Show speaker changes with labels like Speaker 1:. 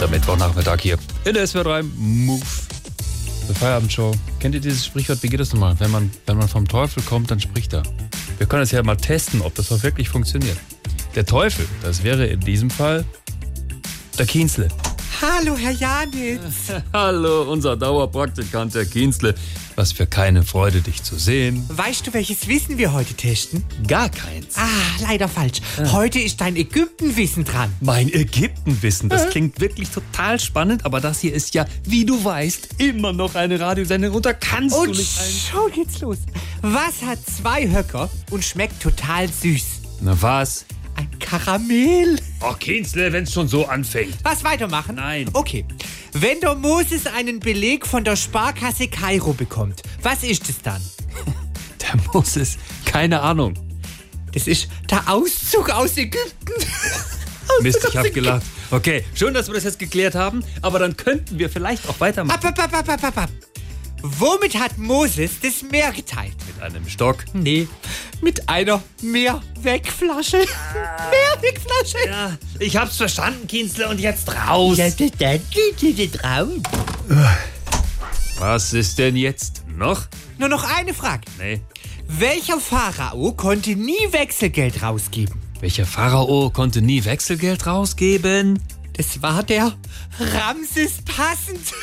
Speaker 1: der Mittwochnachmittag hier in der SWR3 Move.
Speaker 2: Die Feierabendshow. Kennt ihr dieses Sprichwort? Wie geht das nochmal? Wenn man, wenn man vom Teufel kommt, dann spricht er. Wir können es ja mal testen, ob das auch wirklich funktioniert. Der Teufel, das wäre in diesem Fall der Kienzle.
Speaker 3: Hallo, Herr Janitz.
Speaker 2: Hallo, unser Dauerpraktikant, der Kienzle. Was für keine Freude, dich zu sehen.
Speaker 3: Weißt du, welches Wissen wir heute testen?
Speaker 2: Gar keins.
Speaker 3: Ah, leider falsch.
Speaker 2: Ah.
Speaker 3: Heute ist dein Ägyptenwissen dran.
Speaker 2: Mein Ägyptenwissen, das klingt wirklich total spannend, aber das hier ist ja, wie du weißt, immer noch eine Radiosendung und da kannst du
Speaker 3: Und
Speaker 2: nicht ein...
Speaker 3: schon geht's los. Was hat zwei Höcker und schmeckt total süß?
Speaker 2: Na was?
Speaker 3: Ein Karamell.
Speaker 2: Oh, Kienzle, wenn's schon so anfängt.
Speaker 3: Was weitermachen?
Speaker 2: Nein.
Speaker 3: Okay. Wenn der Moses einen Beleg von der Sparkasse Kairo bekommt, was ist es dann?
Speaker 2: Der Moses, keine Ahnung.
Speaker 3: Das ist der Auszug aus Ägypten. Auszug
Speaker 2: Mist,
Speaker 3: aus
Speaker 2: ich hab
Speaker 3: Ägypten.
Speaker 2: gelacht. Okay, schön, dass wir das jetzt geklärt haben, aber dann könnten wir vielleicht auch weitermachen
Speaker 3: Ab, ab, ab, ab, ab, ab, ab. Womit hat Moses das Meer geteilt?
Speaker 2: mit einem Stock.
Speaker 3: Nee, mit einer Mehrwegflasche. Mehrwegflasche.
Speaker 2: Ja, ich hab's verstanden, Kienzle, und jetzt raus.
Speaker 3: dann geht raus.
Speaker 2: Was ist denn jetzt noch?
Speaker 3: Nur noch eine Frage.
Speaker 2: Nee.
Speaker 3: Welcher Pharao konnte nie Wechselgeld rausgeben?
Speaker 2: Welcher Pharao konnte nie Wechselgeld rausgeben?
Speaker 3: Das war der Ramses passend.